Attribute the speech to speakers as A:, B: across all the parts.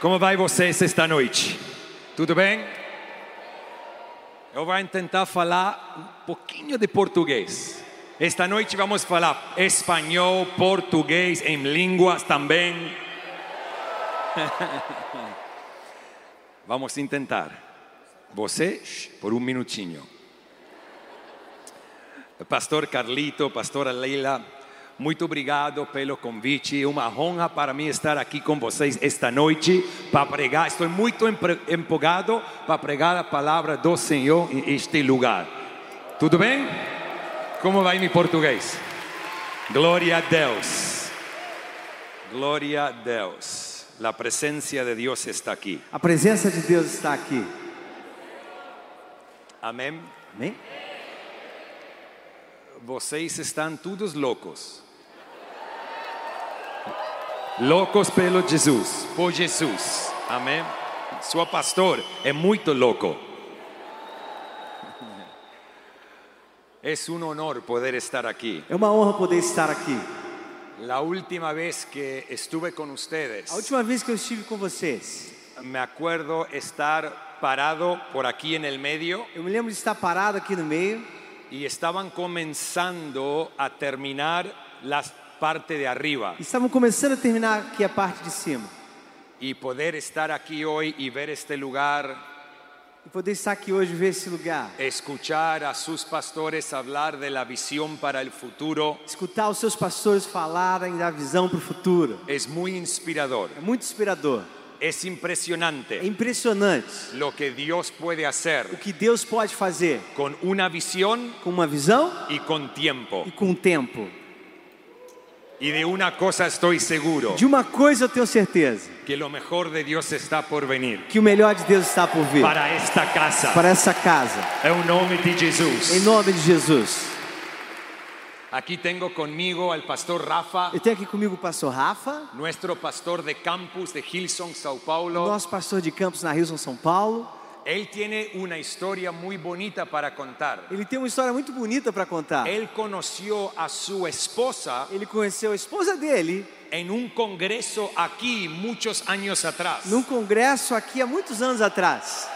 A: Como vai vocês esta noite? Tudo bem? Eu vou tentar falar um pouquinho de português. Esta noite vamos falar espanhol, português, em línguas também. vamos tentar. Vocês, por um minutinho. Pastor Carlito, pastora Leila, muito obrigado pelo convite. É uma honra para mim estar aqui com vocês esta noite para pregar. Estou muito empolgado para pregar a palavra do Senhor em este lugar. Tudo bem? Como vai em português? Glória a Deus. Glória a Deus. A presença de Deus está aqui.
B: A presença de Deus está aqui.
A: Amém.
B: Amém?
A: Vocês estão todos loucos. Loucos pelo Jesus, por Jesus. Amém. Seu pastor é muito louco. É um honor poder estar aqui.
B: É uma honra poder estar aqui.
A: La última vez que estuve con ustedes,
B: A última vez que eu estive com vocês,
A: me acuerdo estar parado por aquí en el medio
B: eu me lembro de estar parado aqui no meio
A: y estaban comenzando a terminar la parte de arriba
B: e estavam começando a terminar aqui a parte de cima.
A: y poder estar aquí hoy y ver este lugar,
B: E poder estar aqui hoje e ver esse lugar,
A: escuchar a sus pastores hablar de la visión para el futuro
B: escutar os seus pastores falarem da visão para o futuro,
A: es muy inspirador,
B: é muito inspirador.
A: es
B: É
A: impresionante
B: impressionante
A: lo que Dios puede
B: o
A: hacer
B: que Deus pode fazer
A: con una visión
B: com uma visão
A: y con tiempo.
B: e com o tempo.
A: Y de una cosa estoy seguro,
B: De uma coisa eu tenho certeza,
A: que lo mejor de Dios está por venir
B: que o melhor de Deus está por vir
A: para esta casa.
B: para essa casa.
A: En el nombre de
B: Em
A: Jesús.
B: nome de Jesus.
A: Aquí tengo conmigo al pastor Rafa,
B: Eu tenho aqui comigo o pastor Rafa,
A: nuestro pastor de campus de Hilson, Sao Paulo.
B: nosso pastor de campos na Houston, São Paulo.
A: Él tiene una historia muy bonita para contar.
B: Ele tem uma história muito bonita para contar.
A: Él conoció a su esposa
B: Ele conheceu a esposa dele
A: en un congreso aquí muchos años atrás.
B: num congresso aqui há muitos anos atrás.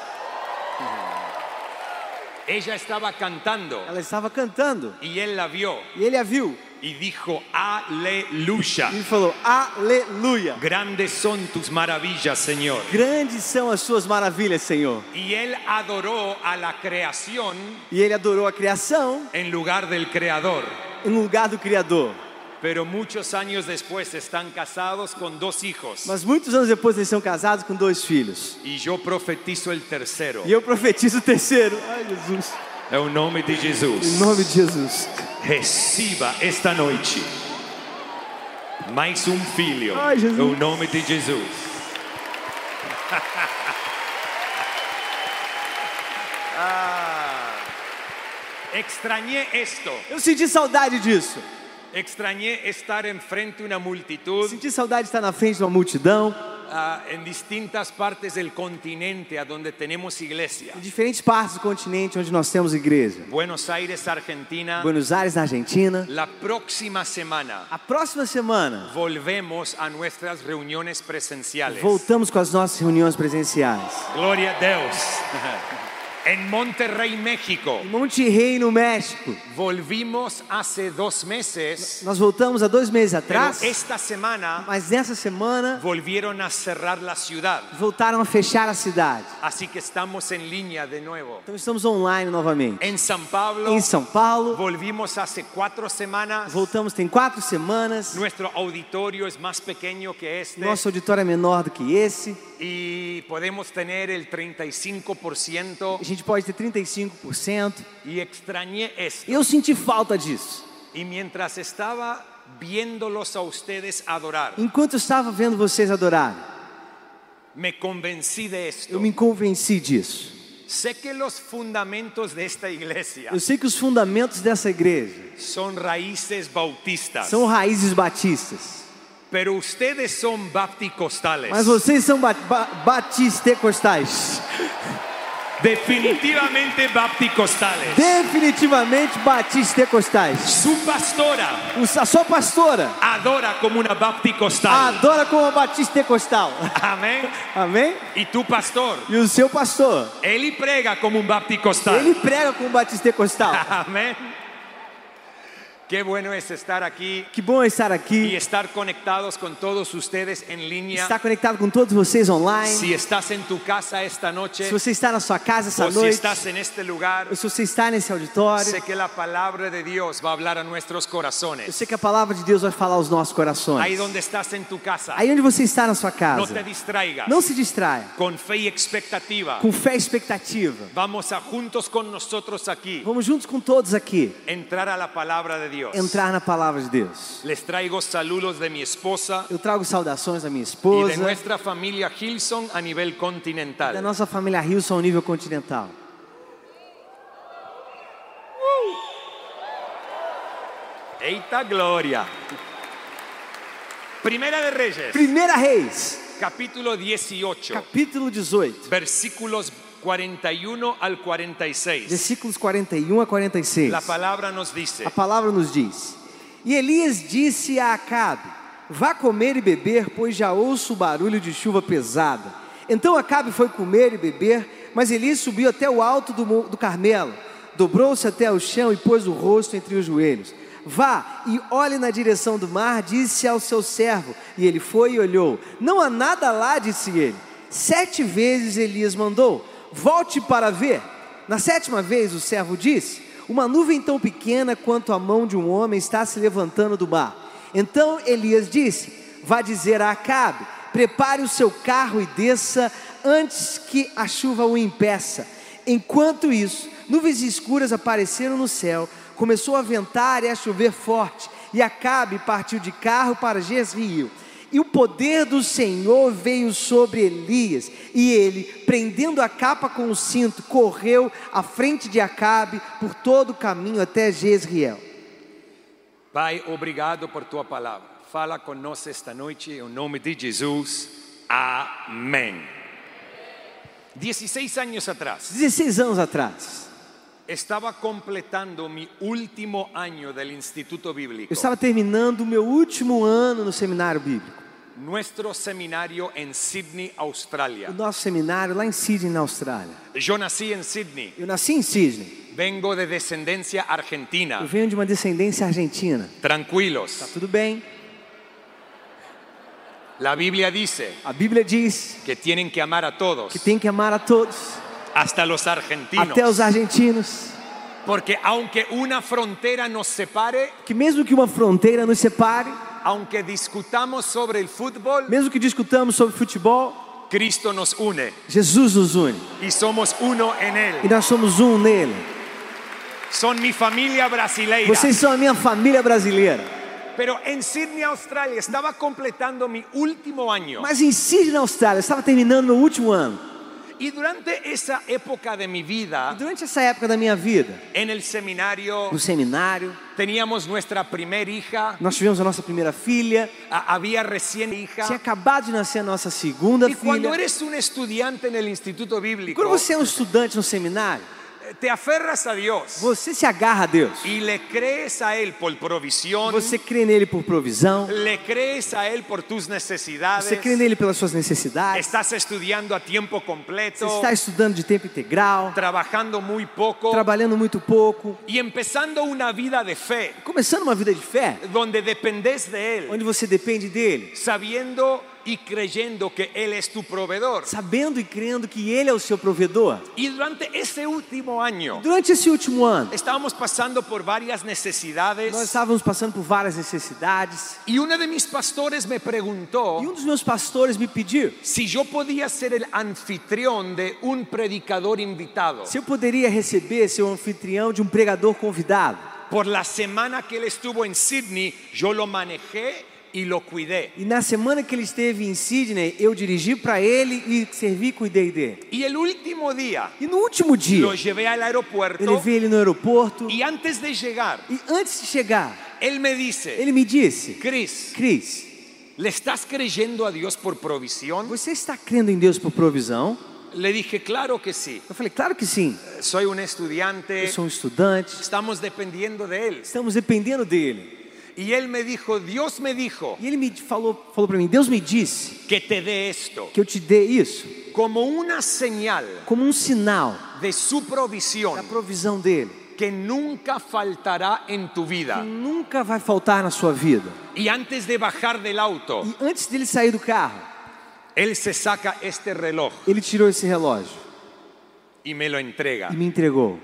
A: Ella estaba cantando
B: Ela estava cantando
A: y él la vio
B: e ele a viu.
A: y dijo, aleluya.
B: E ele falou: Aleluia!
A: Grandes son tus maravillas, Señor.
B: Grandes são as suas maravilhas, Senhor.
A: Y él adoró a la creación
B: E ele adorou a criação
A: en lugar del creador.
B: no lugar do Criador.
A: Pero muchos años después están casados con dos hijos.
B: Mas muitos anos depois eles são casados com dois filhos.
A: Y yo profetizo el tercero.
B: E eu profetizo o terceiro. Ai, Jesus.
A: En el nombre de
B: Em
A: Jesús.
B: nome de Jesus.
A: Reciba esta noite mais um filho.
B: Ai, Jesus.
A: Em nome de Jesus. Ah, Extrañé esto.
B: Eu senti saudade disso.
A: Extrañé estar enfrente de una multitud
B: Senti saudade de estar na frente de uma multidão,
A: ah, en distintas partes del continente a donde tenemos iglesia.
B: em diferentes partes do continente onde nós temos igreja.
A: Buenos Aires, Argentina.
B: Buenos Aires, na Argentina.
A: La próxima semana
B: A próxima semana,
A: volvemos a nuestras reuniones presenciales.
B: voltamos com as nossas reuniões presenciais.
A: Gloria a Dios. En Monterrey, México,
B: Em Monte Rei, no México.
A: volvimos hace dos meses,
B: Nós voltamos há dois meses
A: pero
B: atrás,
A: esta semana
B: mas nessa semana
A: volvieron a cerrar la ciudad,
B: voltaram a fechar a cidade.
A: así que estamos en línea de nuevo.
B: Então estamos online novamente.
A: En San Pablo,
B: Em São Paulo,
A: volvimos hace cuatro semanas,
B: voltamos tem quatro semanas.
A: nuestro auditorio es más pequeño que este
B: Nosso auditório é menor do que esse.
A: y podemos tener el
B: A
A: 35%
B: gente pode ter 35%.
A: y extrañé esto.
B: Eu senti falta disso.
A: Y mientras estaba viéndolos a ustedes adorar,
B: Enquanto eu estava vendo vocês adorarem,
A: Me convencí de esto.
B: eu me convenci disso.
A: Sé que los fundamentos de esta iglesia
B: Eu sei que os fundamentos dessa igreja
A: son raíces bautistas,
B: são raízes batistas.
A: pero ustedes son bapticostales.
B: Mas vocês são ba ba batistecostais.
A: definitivamente bapticostales.
B: Definitivamente batistecostais.
A: Su pastora
B: O- A sua pastora
A: adora como una bapticostal.
B: adora como batistecostal.
A: Amén.
B: Amém?
A: Y tu pastor,
B: E o seu pastor,
A: él prega como un bapticostal.
B: ele prega como batistecostal.
A: Amén. Qué bueno es estar aquí
B: Que bom estar
A: y
B: aqui,
A: estar conectados con todos ustedes en línea.
B: estar conectado com todos vocês online.
A: Si estás en tu casa esta noche
B: Se você está na sua casa essa
A: o si
B: noite,
A: estás en este lugar,
B: ou se você está nesse auditório,
A: sé que la palabra de Dios va a hablar a nuestros
B: eu
A: corazones.
B: sei que a palavra de Deus vai falar aos nossos corações.
A: Ahí donde estás en tu casa,
B: Aí onde você está na sua
A: no te
B: casa,
A: distraigas.
B: não se distraia.
A: Con fe y expectativa,
B: Com fé e expectativa.
A: vamos a juntos con nosotros aquí
B: Vamos juntos com todos aqui
A: entrar a la palabra de Dios.
B: entrar na palavra de Deus.
A: Les traigo saludos de mi esposa
B: Eu trago saudações da minha
A: y de
B: esposa,
A: nuestra familia Hilson a nivel
B: da
A: continental.
B: nossa família Hilson ao nível continental.
A: Eita gloria. Primera de Reyes,
B: Primeira Reis,
A: capítulo 18.
B: capítulo 18,
A: versículos 41 al 46.
B: versículos 41 a 46.
A: La palabra nos dice,
B: A palavra nos diz: E Elias disse a Acabe: Vá comer e beber, pois já ouço o barulho de chuva pesada. Então Acabe foi comer e beber, mas Elias subiu até o alto do, mo- do Carmelo, dobrou-se até o chão e pôs o rosto entre os joelhos. Vá e olhe na direção do mar, disse ao seu servo. E ele foi e olhou. Não há nada lá, disse ele. Sete vezes Elias mandou: Volte para ver. Na sétima vez, o servo disse: Uma nuvem tão pequena quanto a mão de um homem está se levantando do mar. Então Elias disse: Vá dizer a Acabe: prepare o seu carro e desça antes que a chuva o impeça. Enquanto isso, nuvens escuras apareceram no céu, começou a ventar e a chover forte, e Acabe partiu de carro para Jezreel. E o poder do Senhor veio sobre Elias, e ele, prendendo a capa com o cinto, correu à frente de Acabe por todo o caminho até Jezreel.
A: Pai, obrigado por tua palavra. Fala conosco esta noite, em nome de Jesus. Amém. 16 años atrás,
B: 16 anos atrás,
A: estaba completando mi último año del Instituto Bíblico,
B: eu estava terminando o meu último ano no seminário bíblico,
A: nuestro seminario en Sydney, Australia.
B: o nosso seminário lá em Sydney, na Austrália.
A: Yo nací en Sydney,
B: Eu nasci em Sydney,
A: vengo de descendencia
B: eu
A: argentina.
B: venho de uma descendência argentina. Tá
A: Tranquilos,
B: tudo bem?
A: la Biblia dice
B: A Bíblia diz
A: que tienen que amar a todos,
B: que tem que amar a todos,
A: hasta los argentinos.
B: até os argentinos.
A: Porque aunque una frontera nos separe,
B: Que mesmo que uma fronteira nos separe,
A: aunque discutamos sobre el fútbol,
B: Mesmo que discutamos sobre futebol,
A: Cristo nos une
B: Jesus nos une
A: y somos uno en
B: e
A: Él.
B: nós somos um nele.
A: Son mi familia brasileira.
B: Vocês são a minha família brasileira.
A: Pero en Sydney, Australia, estaba completando mi último año.
B: Mas em Sydney, na Austrália, eu estava terminando meu último ano.
A: Y durante esa época de mi
B: E
A: vida,
B: durante essa época da minha vida,
A: en el seminario,
B: no seminário,
A: teníamos nuestra primer hija,
B: nós tivemos a nossa primeira filha,
A: a- había recién
B: tinha
A: hija.
B: acabado de nascer a nossa segunda
A: Y cuando
B: filha.
A: eres un estudiante en el Instituto
B: E
A: Bíblico, eh,
B: quando você é um estudante no seminário,
A: te aferras a Dios.
B: você se agarra a Deus.
A: Y le crees a Él por provisión,
B: Você crê nele por provisão,
A: le crees a Él por tus necesidades,
B: você crê nele pelas suas necessidades,
A: estás estudiando a tiempo
B: você
A: completo,
B: está estudando de tempo integral,
A: trabajando muy poco
B: trabalhando muito pouco,
A: y empezando una vida de fe
B: começando uma vida de fé.
A: donde dependes de Él,
B: onde você depende dele,
A: sabiendo y creyendo que Él es tu proveedor.
B: sabendo e crendo que ele é o seu provedor.
A: Y durante ese último año
B: Durante esse último ano,
A: estábamos pasando por varias
B: nós
A: necesidades
B: estávamos passando por várias necessidades
A: y uno de mis pastores me
B: e um
A: preguntó
B: dos meus pastores me pediu
A: si yo podía ser el anfitrión de un predicador invitado.
B: se eu poderia receber ser o anfitrião de um pregador convidado.
A: Por la semana que él estuvo en Sydney, yo lo manejé y lo cuidé.
B: E na semana que ele esteve em Sydney, eu dirigi para ele e servi e cuidei dele.
A: Y el último día
B: E no último dia,
A: lo llevé al
B: eu
A: aeropuerto
B: levei ele no aeroporto
A: y antes de llegar,
B: e antes de chegar,
A: él me dice,
B: ele me disse:
A: Chris,
B: Cris,
A: ¿le estás creyendo a Dios por provisión?
B: você está crendo em Deus por provisão?
A: Le dije, claro que sí.
B: Eu falei, claro que sim.
A: Soy un
B: Eu
A: estudiante.
B: sou um estudante,
A: Estamos dependiendo de él.
B: estamos dependendo dele.
A: Y él me dijo, Dios me dijo
B: E ele me falou, falou para mim: Deus me disse
A: que te dé esto
B: que eu te dê isso
A: como una señal
B: como um sinal
A: de su
B: da
A: provisión
B: provisão dele,
A: que nunca faltará en tu vida.
B: que nunca vai faltar na sua vida.
A: Y antes de bajar del auto,
B: E antes dele sair do carro,
A: él se saca este reloj
B: ele tirou esse relógio
A: y me lo entrega.
B: e me entregou.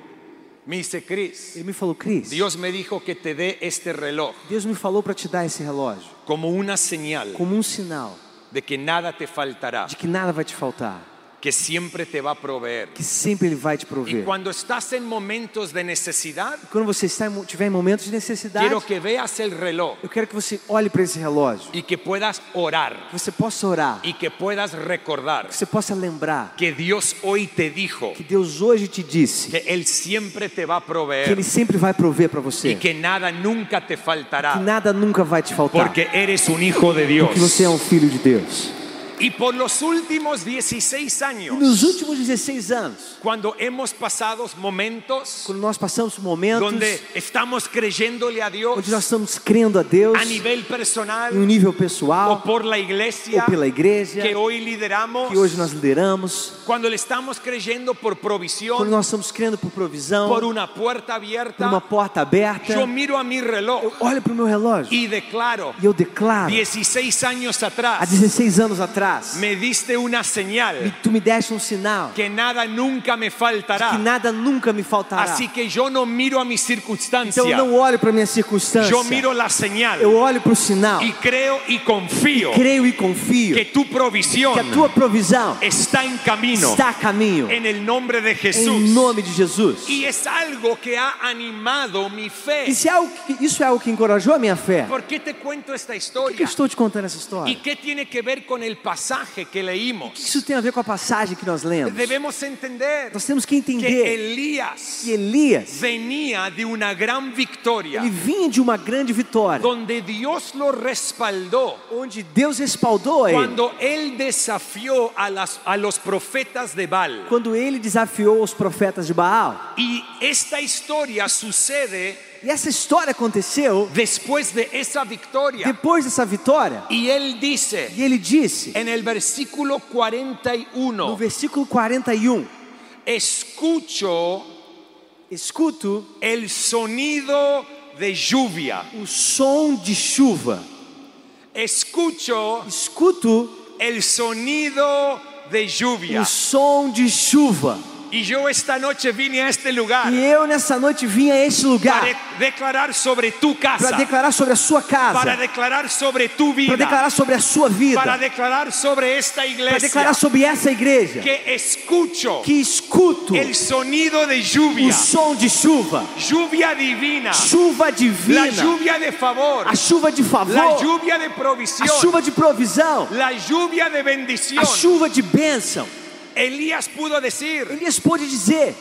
A: Me dice, Chris,
B: Ele me falou: Cris,
A: Dios me dijo que te dé este reloj
B: Deus me falou para te dar esse relógio
A: como una señal
B: como um sinal
A: de que nada te faltará,
B: de que nada vai te faltar,
A: que siempre te va a proveer.
B: que sempre ele vai te
A: Y
B: prover.
A: cuando estás en momentos de necesidad,
B: Quando você está em, tiver em momentos de necessidade,
A: quiero que veas el reloj
B: eu quero que você olhe para esse relógio,
A: y que puedas orar
B: que você possa orar,
A: y que puedas recordar
B: que você possa lembrar
A: que Dios hoy te dijo
B: que Deus hoje te disse
A: que Él siempre te va a
B: que Ele
A: proveer
B: sempre vai prover para você,
A: y que nada nunca te
B: que
A: faltará
B: nada nunca vai te faltar,
A: porque eres un hijo de
B: porque você é um
A: Dios.
B: filho de Deus.
A: Y por los últimos 16
B: E nos
A: años,
B: últimos 16 anos,
A: cuando hemos pasado momentos
B: quando nós passamos momentos
A: donde estamos creyéndole a
B: onde nós
A: Dios
B: estamos crendo a Deus
A: a nivel
B: em um
A: personal
B: nível
A: o
B: pessoal
A: por la
B: ou
A: iglesia
B: pela igreja,
A: que hoy
B: que hoje
A: lideramos,
B: nós lideramos,
A: cuando le estamos creyendo por
B: quando
A: provisión,
B: nós estamos crendo por provisão,
A: por um una puerta
B: por uma
A: abierta,
B: porta aberta,
A: yo miro a mi reloj
B: olho para o meu relógio
A: y declaro,
B: e eu
A: Ah.
B: declaro,
A: 16 años
B: há
A: atrás
B: 16 anos atrás,
A: me diste una señal
B: tu me deste um sinal
A: que nada nunca me
B: que
A: faltará.
B: nada nunca me faltará.
A: Así que yo no miro a mi
B: Então eu
A: circunstancia,
B: não olho para minha circunstância.
A: yo miro la señal
B: Eu olho para o sinal.
A: y creo y confío
B: creio e confio
A: que tu
B: que
A: provisión
B: a tua provisão
A: está en camino
B: está a caminho.
A: en el nombre de
B: Em
A: Jesús.
B: nome de Jesus.
A: Y es algo que ha animado mi
B: E
A: fe.
B: se é algo que- isso é algo que encorajou a minha fé. Por
A: ¿Por qué te cuento esta
B: que, que eu
A: historia?
B: estou te contando essa
A: ¿Y
B: história?
A: qué tiene que ver con el pasaje que leímos?
B: Isso tem a ver com a passagem que nós lemos.
A: Debemos entender
B: Nós temos que
A: que
B: entender
A: Elías
B: que Elias,
A: venía de una gran victoria
B: ele vinha de uma grande vitória,
A: donde Dios lo respaldó
B: onde Deus respaldou a ele
A: cuando él desafió a, las- a los profetas de Baal.
B: quando ele desafiou os profetas de Baal.
A: Y esta historia sucede
B: E essa história aconteceu
A: después de esa victoria.
B: depois dessa vitória.
A: Y él dice
B: E ele disse
A: en el versículo
B: no
A: 41,
B: versículo 41:
A: escucho
B: Escuto
A: el sonido de lluvia,
B: o som de chuva,
A: escucho
B: escuto
A: el sonido de lluvia.
B: o som de chuva.
A: Y yo esta noche vine a este lugar
B: E eu nessa noite vim a este lugar
A: para declarar sobre tu
B: para
A: casa,
B: declarar sobre a sua
A: para
B: casa,
A: declarar sobre tu
B: para
A: vida,
B: declarar sobre a sua vida,
A: para
B: para
A: declarar sobre esta iglesia
B: declarar sobre essa igreja
A: que escucho
B: que escuto
A: el sonido de
B: o
A: lluvia,
B: som de chuva,
A: lluvia divina,
B: chuva
A: Ah. la
B: divina,
A: lluvia de favor,
B: a chuva de
A: la
B: favor,
A: lluvia de
B: a
A: provisión,
B: chuva de provisão,
A: la lluvia de
B: a
A: bendición.
B: chuva de bênção.
A: Elías pudo decir,
B: Elias pôde dizer: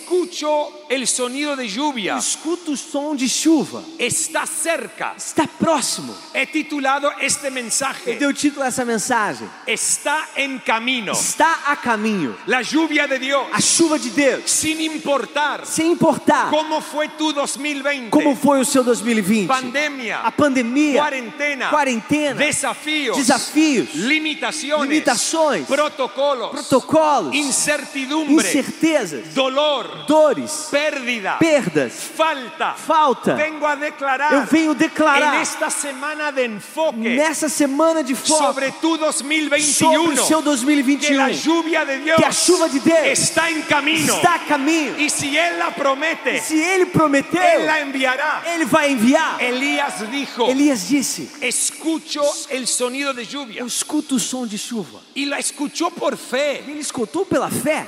A: escucho el sonido de lluvia,
B: escuto o som de chuva,
A: está cerca.
B: está próximo.
A: He titulado este
B: Eu
A: mensaje,
B: dei o título a essa mensagem.
A: está en camino.
B: Está a caminho
A: La lluvia de Dios,
B: a chuva de Deus,
A: sin importar
B: sem importar
A: cómo fue tu 2020,
B: como foi o seu 2020,
A: pandemia,
B: a pandemia,
A: Ah, cuarentena,
B: quarentena,
A: desafíos,
B: desafios,
A: limitaciones,
B: limitações,
A: protocolos,
B: protocolos,
A: incertidumbre,
B: incertezas,
A: dolor,
B: dores,
A: pérdida,
B: perdas,
A: falta.
B: falta.
A: Vengo a declarar
B: Eu venho
A: en
B: declarar
A: esta semana de enfoque
B: nessa semana de fogo
A: sobre um. tu
B: sobre
A: 2021
B: o seu
A: que la
B: 2021
A: lluvia de Dios
B: que a chuva de Deus
A: está en camino
B: está a caminho.
A: y si Él la promete,
B: Se ele prometeu,
A: Él la enviará.
B: ele vai enviar.
A: É. Elías dijo,
B: Elias disse:
A: escucho el sonido de lluvia
B: Eu escuto o som de chuva.
A: y la escuchó por fe
B: Ele escutou pela fé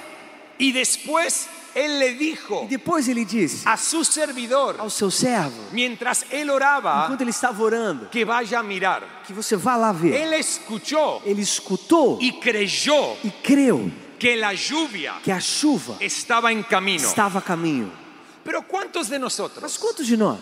A: y después Él le dijo
B: e depois ele disse
A: a su servidor
B: ao seu servo,
A: mientras Él oraba
B: enquanto ele estava orando,
A: que vaya a mirar.
B: que você vá lá ver.
A: Él escuchó
B: Ele escutou
A: y creyó
B: e creu
A: que la lluvia
B: que a chuva
A: estaba en camino.
B: estava a caminho.
A: Pero ¿cuántos de
B: Mas
A: nosotros
B: quantos de nós?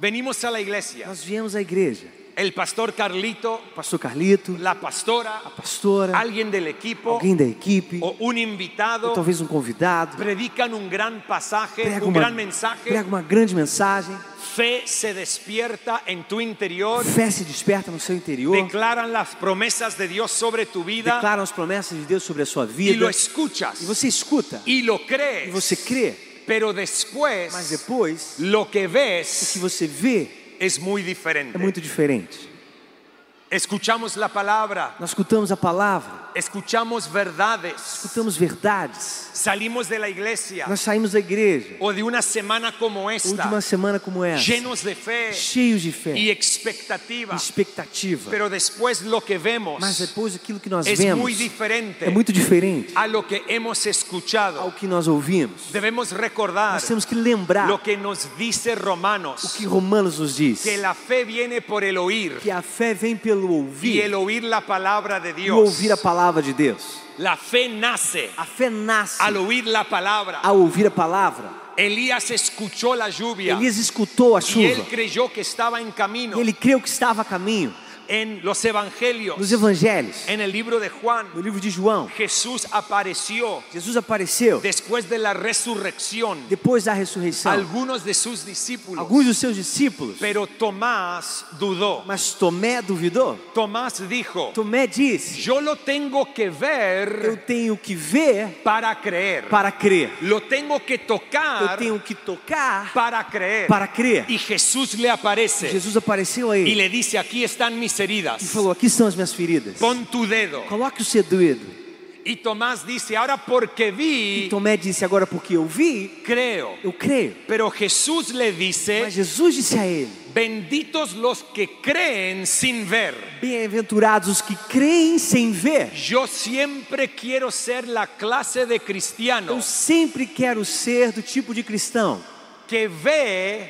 A: venimos a la iglesia
B: Nós viemos à igreja
A: el pastor Carlito,
B: pastor Carlito,
A: la pastora,
B: a pastora,
A: alguien del equipo
B: alguém da equipe,
A: o un invitado
B: ou talvez um convidado,
A: predican un gran pasaje,
B: prega
A: un
B: uma,
A: gran mensaje.
B: prega uma grande mensagem,
A: Fe se despierta en tu interior.
B: fé se desperta no seu interior,
A: Declaran las promesas de Dios sobre tu vida
B: declaram as promessas de Deus sobre a sua
A: y lo
B: vida,
A: escuchas
B: e você escuta,
A: y lo
B: e
A: crees.
B: você crê,
A: Pero
B: mas
A: después
B: depois,
A: lo que
B: o que
A: ves
B: você vê
A: es muy
B: é
A: diferente.
B: muito diferente.
A: Escuchamos la palabra,
B: Nós escutamos a palavra,
A: escuchamos verdades,
B: escutamos verdades,
A: salimos de la iglesia
B: nós saímos da igreja,
A: o de una semana como
B: ou de uma
A: esta
B: semana como essa,
A: llenos de fe
B: cheios de fé,
A: y expectativa.
B: expectativa,
A: Pero después lo que
B: mas
A: vemos
B: depois aquilo que nós
A: es muy
B: vemos é
A: diferente
B: muito diferente
A: a lo que hemos
B: ao
A: escuchado.
B: que nós ouvimos.
A: Debemos recordar
B: Nós temos que lembrar
A: lo que nos dice
B: o
A: Romanos,
B: que Romanos nos diz,
A: que la fe viene por el oír
B: que a fé vem pelo
A: y
B: ouvir
A: el oír la palabra de
B: e ouvir
A: é
B: a
A: Dios.
B: palavra de Deus.
A: La fe nace
B: A fé nasce
A: al oír la palabra.
B: ao ouvir a palavra.
A: Elías escuchou la lluvia
B: Elias escutou a
A: y él
B: chuva
A: creyó que estaba en camino.
B: e ele creu que estava a caminho.
A: En los evangelios,
B: Nos evangelhos,
A: en el libro de Juan,
B: no livro de João,
A: Jesús apareció
B: Jesus apareceu
A: después de la resurrección
B: depois da
A: a
B: ressurreição.
A: algunos de sus discípulos.
B: Alguns dos seus discípulos,
A: Pero Tomás dudó.
B: mas Tomé duvidou.
A: Tomás dijo,
B: Tomé disse:
A: yo lo tengo que ver
B: Eu tenho que ver
A: para creer.
B: para crer,
A: Lo tengo que
B: eu
A: tocar
B: tenho que tocar
A: para creer.
B: para crer.
A: Y Jesús le aparece
B: Jesus apareceu a
A: y
B: ele é
A: le dice, aquí están mis
B: e
A: heridas.
B: falou: Aqui estão as minhas feridas.
A: Pon tu dedo.
B: Coloque o seu dedo.
A: Y Tomás dice, ahora porque
B: E
A: vi,
B: Tomé disse: Agora porque eu vi,
A: creo.
B: eu creio.
A: Pero Jesús le
B: Mas
A: dice,
B: Jesus disse a ele:
A: benditos los que creen sin ver.
B: Bem-aventurados os que creem sem ver.
A: Yo siempre quiero ser la clase de cristiano
B: Eu sempre quero ser do tipo de cristão
A: que ve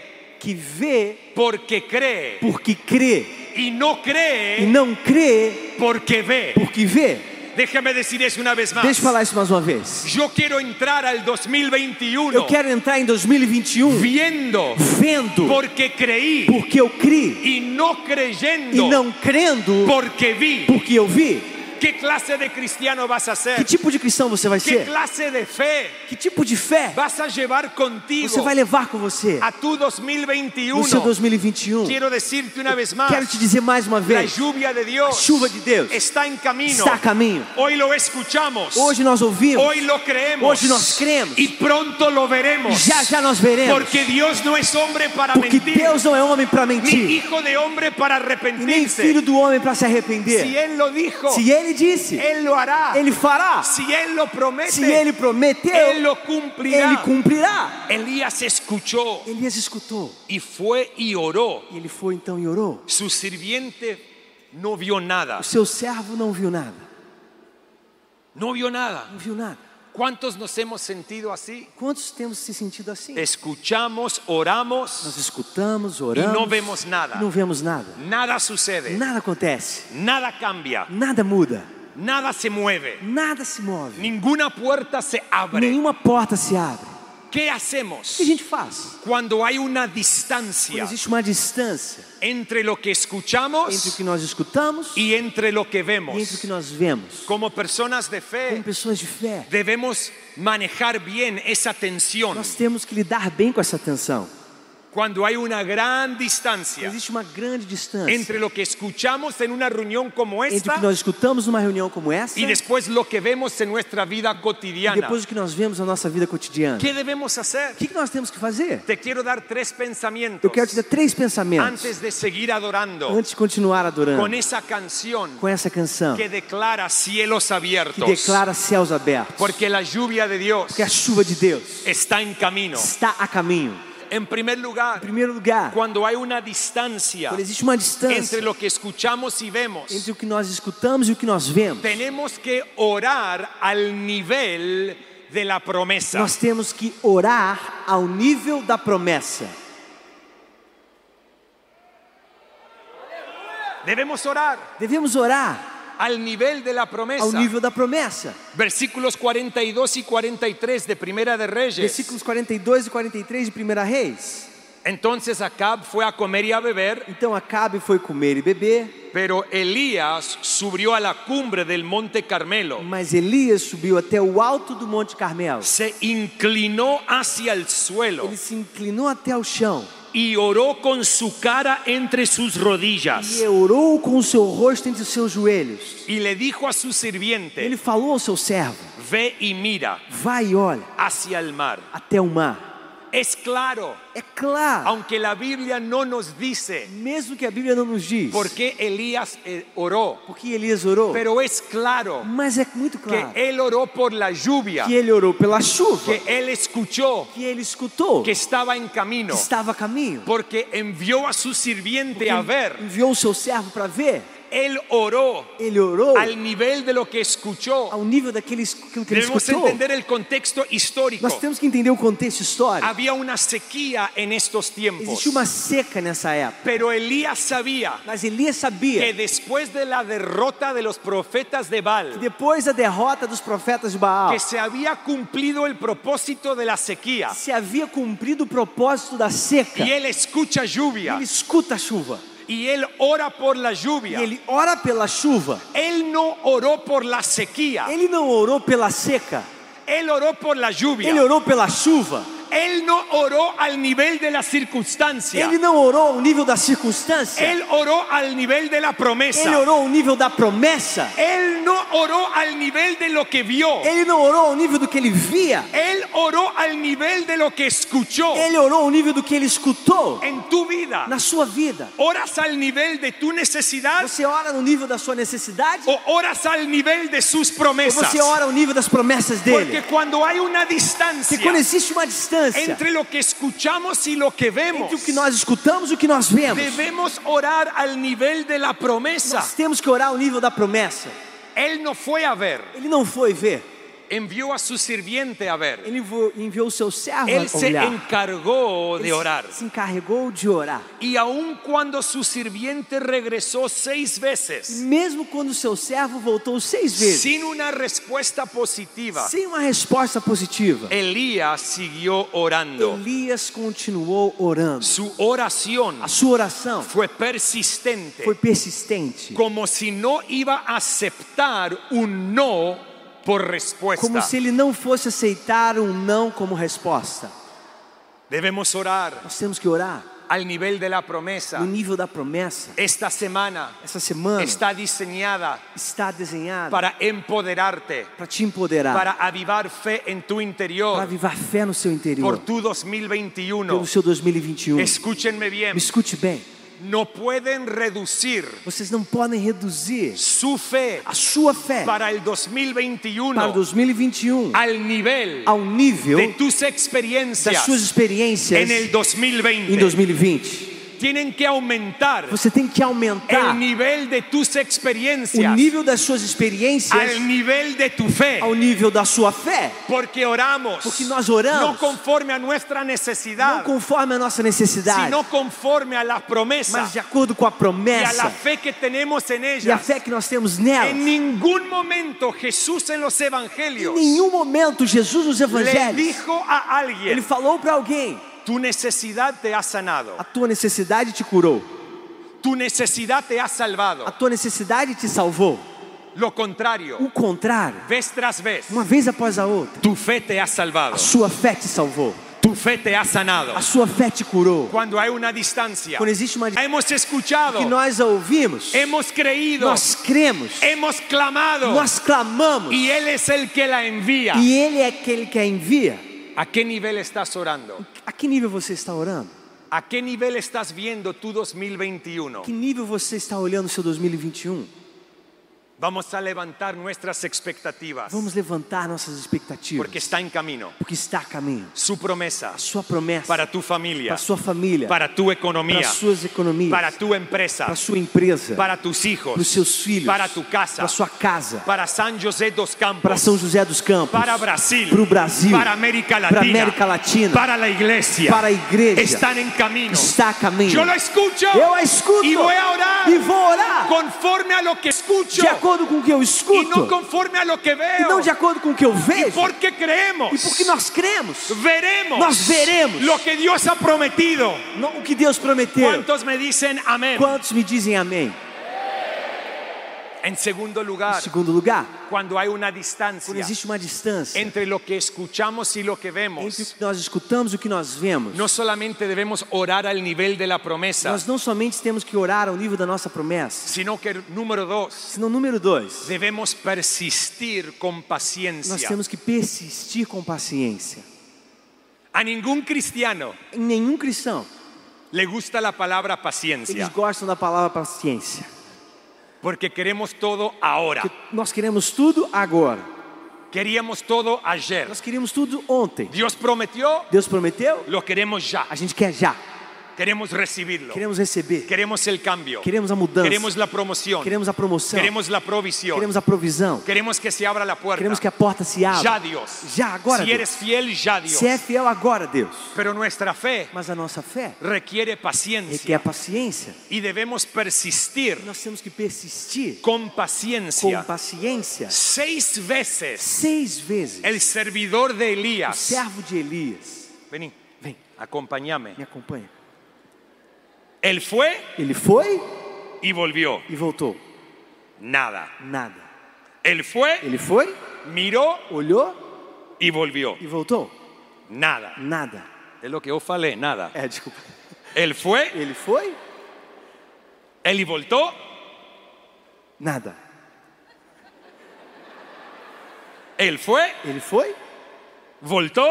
B: que vê
A: porque cree
B: porque crê
A: y no
B: e
A: cree
B: não crê
A: porque ve.
B: porque vê.
A: Déjame decir eso una vez
B: Deixa
A: más.
B: eu falar isso mais uma vez.
A: Yo quiero entrar al
B: Eu
A: 2021
B: quero entrar em 2021
A: viendo
B: vendo
A: porque creí
B: porque eu criei
A: y no
B: e
A: creyendo
B: não crendo
A: porque vi.
B: porque eu vi.
A: ¿Qué clase de cristiano vas a
B: Que
A: ser?
B: tipo de cristão você vai
A: ¿Qué
B: ser?
A: clase de fe
B: Que tipo de fé
A: vas a llevar
B: você
A: contigo
B: vai levar com você
A: a tu
B: no seu
A: 2021?
B: 2021?
A: Quiero decirte una vez
B: Quero
A: más,
B: te dizer mais uma
A: la
B: vez:
A: lluvia de
B: a
A: Dios
B: chuva de Deus
A: está en camino.
B: está a caminho.
A: Hoy lo escuchamos.
B: Hoje nós ouvimos,
A: Hoy lo creemos.
B: Hoje nós cremos.
A: Y pronto lo veremos.
B: já já nós veremos.
A: Porque Dios no es hombre para
B: Porque
A: mentir.
B: Deus não é homem para
A: ni
B: mentir
A: hijo de hombre para
B: e nem
A: arrepentirse.
B: filho do homem para se
A: si
B: arrepender.
A: Él lo dijo,
B: Se Ele disse,
A: Él lo hará.
B: Ele fará.
A: si Él lo promete,
B: Se Ele
A: Él
B: prometeu,
A: lo cumplirá.
B: Ele cumprirá.
A: Elías escuchó
B: Elias escutou
A: y fue y oró.
B: e ele foi então e orou.
A: Su sirviente no vio nada.
B: O seu servo não viu nada.
A: No vio nada.
B: Não viu nada.
A: ¿Cuántos nos hemos sentido así?
B: Quantos temos se sentido assim?
A: Escuchamos, oramos,
B: Nós escutamos, oramos
A: E não vemos nada.
B: e não vemos nada.
A: nada sucede,
B: Nada acontece.
A: nada cambia,
B: Nada muda.
A: nada se mueve,
B: Nada se move.
A: ninguna puerta se abre.
B: Nenhuma porta se abre. O
A: ¿Qué
B: que a
A: hacemos
B: gente faz?
A: cuando hay una
B: Quando
A: distancia
B: existe uma distância
A: entre lo que
B: entre o
A: escuchamos
B: que nós escutamos e
A: y entre lo que
B: entre o
A: vemos?
B: que nós vemos.
A: Como personas de
B: Como
A: fe,
B: pessoas de fé,
A: debemos manejar bien esa tensión.
B: nós temos que lidar bem com essa tensão.
A: Cuando hay una gran distancia
B: Existe uma grande distância
A: entre
B: entre
A: lo que escuchamos en una reunión como
B: o que
A: esta
B: nós escutamos numa reunião como essa
A: y
B: e
A: después lo que vemos en nuestra vida cotidiana.
B: depois o que nós vemos na nossa vida cotidiana.
A: ¿Qué debemos hacer?
B: O que que nós temos que fazer?
A: Te quiero dar tres pensamientos
B: Eu quero te dar três pensamentos
A: antes de seguir adorando
B: antes de continuar
A: con
B: adorando
A: esa canción
B: com essa canção
A: que declara cielos
B: que
A: abiertos.
B: declara céus abertos.
A: Porque la lluvia de Dios
B: Porque a chuva de Deus
A: está en camino.
B: está a caminho.
A: En primer
B: Em
A: lugar,
B: primeiro lugar,
A: cuando hay una distancia
B: quando existe uma
A: entre
B: distância
A: lo que escuchamos y vemos,
B: entre o que nós escutamos e o que nós vemos,
A: tenemos que orar al nivel de la promesa.
B: nós temos que orar ao nível da promessa.
A: Debemos orar
B: Devemos orar
A: al nivel de la
B: ao
A: promesa.
B: nível da promessa.
A: Versículos 42 y 43 de Primera de Reyes.
B: Versículos 42 e 43 de 1 Reis.
A: Entonces Acab fue a comer y a beber,
B: Então Acabe foi comer e beber,
A: pero Elías subió a la cumbre del monte Carmelo,
B: mas Elias subiu até o alto do Monte Carmelo.
A: se inclinó hacia el suelo
B: Ele se inclinou até ao chão
A: y oró con su cara entre sus rodillas
B: e orou com o seu rosto entre os seus joelhos.
A: y le dijo a su
B: Ele
A: sirviente,
B: falou ao seu servo:
A: ve y mira
B: Vai e olha
A: hacia el mar.
B: até o mar.
A: Es claro,
B: É claro,
A: aunque la Biblia no nos dice
B: mesmo que a Bíblia não nos diz,
A: por qué Elías eh, oró,
B: porque Elias orou,
A: pero es claro
B: mas é muito
A: que
B: claro
A: él oró por la lluvia,
B: que ele orou pela chuva,
A: que él escuchó
B: que ele escutou,
A: que é-
B: que
A: estaba en camino,
B: estava a caminho,
A: porque envió a su sirviente a ver.
B: enviou o seu servo para ver.
A: Él oró
B: Ele orou
A: al nivel de lo que escuchó.
B: ao nível daqueles aquilo que ele
A: Debemos
B: escutou.
A: entender el contexto histórico.
B: Nós temos que entender o contexto histórico.
A: Había una sequía en estos tiempos,
B: Existiu uma seca nessa época,
A: pero Elías sabía
B: mas Elias sabia
A: que después de la derrota de los profetas de
B: que
A: Baal,
B: depois da derrota dos profetas de Baal,
A: que se había cumplido el propósito de la sequía
B: se havia cumprido o propósito da seca.
A: y él escucha
B: E
A: lluvia
B: Ele escuta a chuva
A: y él ora por la
B: e
A: lluvia.
B: ele ora pela chuva.
A: Él no oró por la sequía,
B: Ele não orou pela seca,
A: él oró por la
B: ele
A: lluvia.
B: orou pela chuva.
A: Él no oró al nivel de la circunstancia,
B: Ele não orou ao nível da circunstância,
A: él oró al nivel de la
B: ele
A: promesa.
B: orou ao nível da promessa,
A: Él no oró al nivel de lo que vio,
B: ele não orou ao nível do que ele via,
A: él oró al nivel de lo que escuchó
B: ele orou ao nível do que ele escutou
A: en tu vida.
B: na sua vida.
A: ¿Oras al nivel de tu necesidad
B: Você ora no nível da sua necessidade
A: o oras al nivel de sus
B: ou
A: promesas?
B: você ora ao nível das promessas
A: Porque
B: dele?
A: cuando hay una
B: Porque quando
A: distancia
B: existe uma distância
A: entre lo que escuchamos y lo que vemos,
B: entre o que nós escutamos e o que nós vemos,
A: debemos orar al nivel de la promesa.
B: nós temos que orar ao nível da promessa.
A: Él no fue a ver,
B: Ele não foi ver,
A: envió a su sirviente a ver.
B: ele vo- enviou o seu servo
A: Él
B: a
A: se
B: olhar.
A: encargó de
B: Ele
A: orar.
B: se encarregou de orar.
A: Y aun cuando su sirviente regresó seis
B: E
A: veces
B: mesmo quando o seu servo voltou seis vezes,
A: sin una respuesta positiva,
B: sem uma resposta positiva,
A: Elías siguió orando.
B: Elias continuou orando.
A: Su oración
B: A sua oração
A: fue persistente,
B: foi persistente,
A: como si no iba a aceptar un no por
B: como
A: respuesta.
B: se ele não fosse aceitar um não como resposta.
A: Debemos orar
B: Nós temos que orar
A: al nivel de la promesa.
B: no Ah. nível da promessa.
A: Esta semana
B: Essa semana
A: está diseñada
B: está desenhada
A: para empoderarte,
B: para te empoderar,
A: para avivar fe en tu
B: Ah. para
A: interior
B: avivar fé no seu interior,
A: por tu 2021.
B: pelo seu 2021.
A: Escúchenme bien,
B: Me um. escute bem,
A: no pueden reducir
B: vocês não podem reduzir
A: su fe
B: a sua fé
A: para el
B: para
A: 2021
B: 2021
A: al nivel
B: ao nível
A: de tus
B: das
A: experiencias
B: suas experiências
A: en el
B: em
A: 2020.
B: 2020.
A: Tienen que aumentar
B: Você tem que aumentar
A: el nivel de tus
B: o
A: experiencias
B: nível das suas experiências
A: al nivel de tu fe.
B: ao nível da sua fé,
A: Porque oramos,
B: Porque nós oramos.
A: no conforme a nuestra
B: não
A: necesidad,
B: conforme a nossa necessidade,
A: sino conforme a la promesa
B: mas de acordo com a
A: y a la
B: promessa
A: fe que tenemos en
B: e a
A: ella.
B: fé É que nós temos nela.
A: En
B: Em
A: ningún momento Jesús en los evangelios
B: nenhum momento Jesus nos
A: le
B: evangelhos
A: dijo a
B: ele
A: alguien,
B: falou para alguém:
A: tu necesidad te ha sanado,
B: a tua necessidade te curou,
A: tu necesidad te ha
B: a
A: salvado.
B: tua necessidade te salvou.
A: Lo contrario,
B: O contrário,
A: vez tras vez,
B: uma vez após a outra,
A: tu fe te ha salvado,
B: a sua fé te salvou,
A: tu fe te ha sanado.
B: a sua fé te curou.
A: Cuando hay una distancia,
B: Quando existe uma
A: hemos escuchado,
B: que nós a ouvimos,
A: hemos creído,
B: nós cremos,
A: hemos clamado
B: nós clamamos
A: y Él es el que la envía.
B: e Ele é aquele que a envia.
A: ¿A qué nivel estás orando?
B: A que nível você está orando?
A: ¿A qué nivel estás viendo tu 2021?
B: A que nível você está olhando o seu 2021?
A: Vamos a levantar nuestras expectativas
B: Vamos levantar nossas expectativas,
A: porque está en camino
B: porque está a caminho.
A: su promesa
B: A sua promessa
A: para tu familia,
B: para sua família,
A: para tu
B: para
A: economía,
B: suas economias,
A: para tu empresa,
B: para sua empresa,
A: para tus
B: para os
A: hijos,
B: seus filhos,
A: para tu casa,
B: para sua casa,
A: para San José dos
B: para
A: Campos,
B: São José dos Campos,
A: para Brasil,
B: para o Brasil,
A: para América
B: para
A: Latina,
B: América Latina,
A: para la iglesia,
B: para a igreja.
A: están en camino.
B: está a caminho.
A: Yo lo escucho
B: Eu a escuto
A: y voy a orar
B: e vou orar
A: conforme a lo que escucho.
B: de acordo acordo com o que eu
A: y no
B: escuto,
A: conforme a lo que
B: e
A: veo.
B: não de acordo com o que eu
A: Y
B: vejo,
A: porque creemos,
B: e porque nós cremos,
A: veremos,
B: Nós veremos.
A: lo que Dios ha prometido.
B: não o que Deus prometeu.
A: ¿Cuántos me dicen amén?
B: Quantos me dizem amém?
A: En segundo
B: Em
A: lugar,
B: segundo lugar,
A: cuando hay una
B: quando
A: distancia
B: existe uma distância
A: entre lo que escuchamos y lo que
B: entre o
A: vemos,
B: que nós escutamos e o que nós vemos,
A: no solamente debemos orar al nivel de la promesa,
B: nós não somente temos que orar ao nível da nossa promessa,
A: sino que número dos,
B: senão, número dois,
A: debemos persistir con
B: nós
A: paciencia.
B: temos que persistir com paciência.
A: A ningún cristiano
B: Em nenhum cristão,
A: le gusta la palabra
B: eles
A: paciencia,
B: gostam da palavra paciência,
A: porque queremos todo ahora,
B: porque nós queremos tudo agora,
A: queríamos todo ayer.
B: nós queríamos tudo ontem.
A: Dios prometió,
B: Deus prometeu,
A: lo queremos ya,
B: a gente quer já,
A: queremos recibirlo,
B: queremos receber,
A: queremos el cambio,
B: queremos a mudança,
A: queremos la promoción,
B: queremos a promoção,
A: queremos la provisión,
B: queremos a provisão,
A: queremos que se abra la
B: queremos que
A: puerta.
B: a porta se
A: Ya
B: abra.
A: Dios,
B: Já agora,
A: si eres fiel, ya Dios.
B: Se é fiel agora, Deus.
A: Pero nuestra fe
B: Mas a nossa fé
A: requiere paciencia
B: requer paciência.
A: y debemos persistir
B: Nós temos que persistir
A: con
B: com
A: paciencia.
B: paciência.
A: Seis veces
B: Seis vezes.
A: el servidor de
B: O
A: Elías.
B: servo de Elias.
A: Vení,
B: Vem,
A: acompáñame.
B: me acompanha.
A: Él fue
B: Ele foi
A: y volvió.
B: e voltou.
A: Nada.
B: Nada.
A: Él fue,
B: Ele foi,
A: miró
B: olhou
A: y volvió.
B: e voltou.
A: Nada.
B: Nada.
A: Es lo que yo falei, nada.
B: É, desculpa.
A: Él fue,
B: Ele foi,
A: él y voltó
B: nada.
A: Él fue,
B: Ele foi,
A: voltó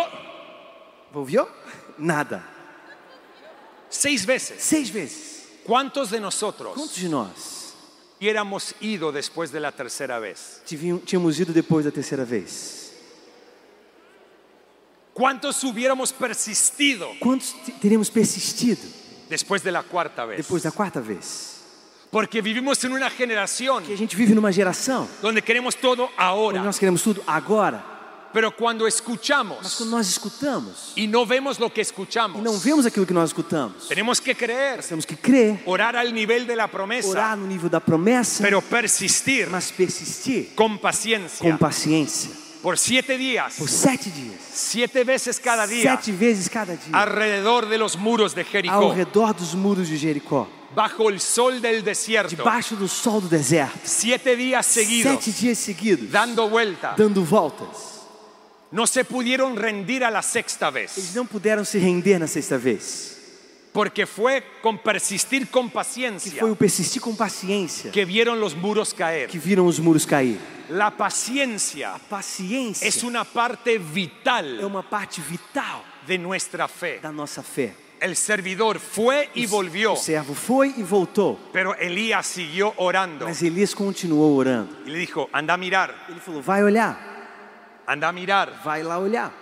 B: volviou, nada.
A: seis veces.
B: Seis vezes.
A: ¿Cuántos de
B: Quantos
A: nosotros
B: de nós
A: hubiéramos ido después de la tercera vez?
B: tivinho- tínhamos ido depois da terceira vez?
A: ¿Cuántos hubiéramos persistido
B: Quantos te- teríamos persistido
A: después de la cuarta vez?
B: depois da quarta vez?
A: Porque vivimos en una generación
B: Que a gente vive numa geração
A: donde queremos todo
B: onde
A: ahora,
B: nós queremos tudo agora,
A: pero cuando
B: mas
A: escuchamos
B: quando nós escutamos
A: y no vemos lo que
B: e não
A: escuchamos,
B: vemos aquilo que nós escutamos,
A: tenemos que creer,
B: temos que crer,
A: orar al nivel de la
B: orar
A: promesa,
B: no nível da promessa,
A: pero persistir
B: mas persistir
A: con
B: com
A: paciencia
B: paciência
A: por siete días,
B: por sete dias,
A: siete veces cada día,
B: sete vezes cada dia,
A: alrededor de los muros de
B: ao
A: Jericó,
B: redor dos muros de Jericó,
A: bajo el sol del desierto,
B: debaixo do sol do deserto,
A: siete días seguidos,
B: sete dias seguidos,
A: dando vuelta.
B: dando voltas.
A: No se pudieron rendir a la sexta
B: Eles
A: vez,
B: não puderam se render na sexta vez,
A: porque fue con persistir con
B: que
A: paciencia
B: foi o persistir com paciência
A: que vieron los muros caer.
B: é que viram os muros cair.
A: La paciencia
B: Paciência
A: es una parte
B: é
A: vital
B: uma parte vital
A: de nuestra fe.
B: da nossa fé.
A: El servidor fue y volvió,
B: O servo foi e voltou,
A: pero Elías siguió orando
B: mas Elias continuou orando.
A: y le dijo, anda a mirar,
B: Ele falou: Vai olhar,
A: anda a mirar,
B: vai lá olhar,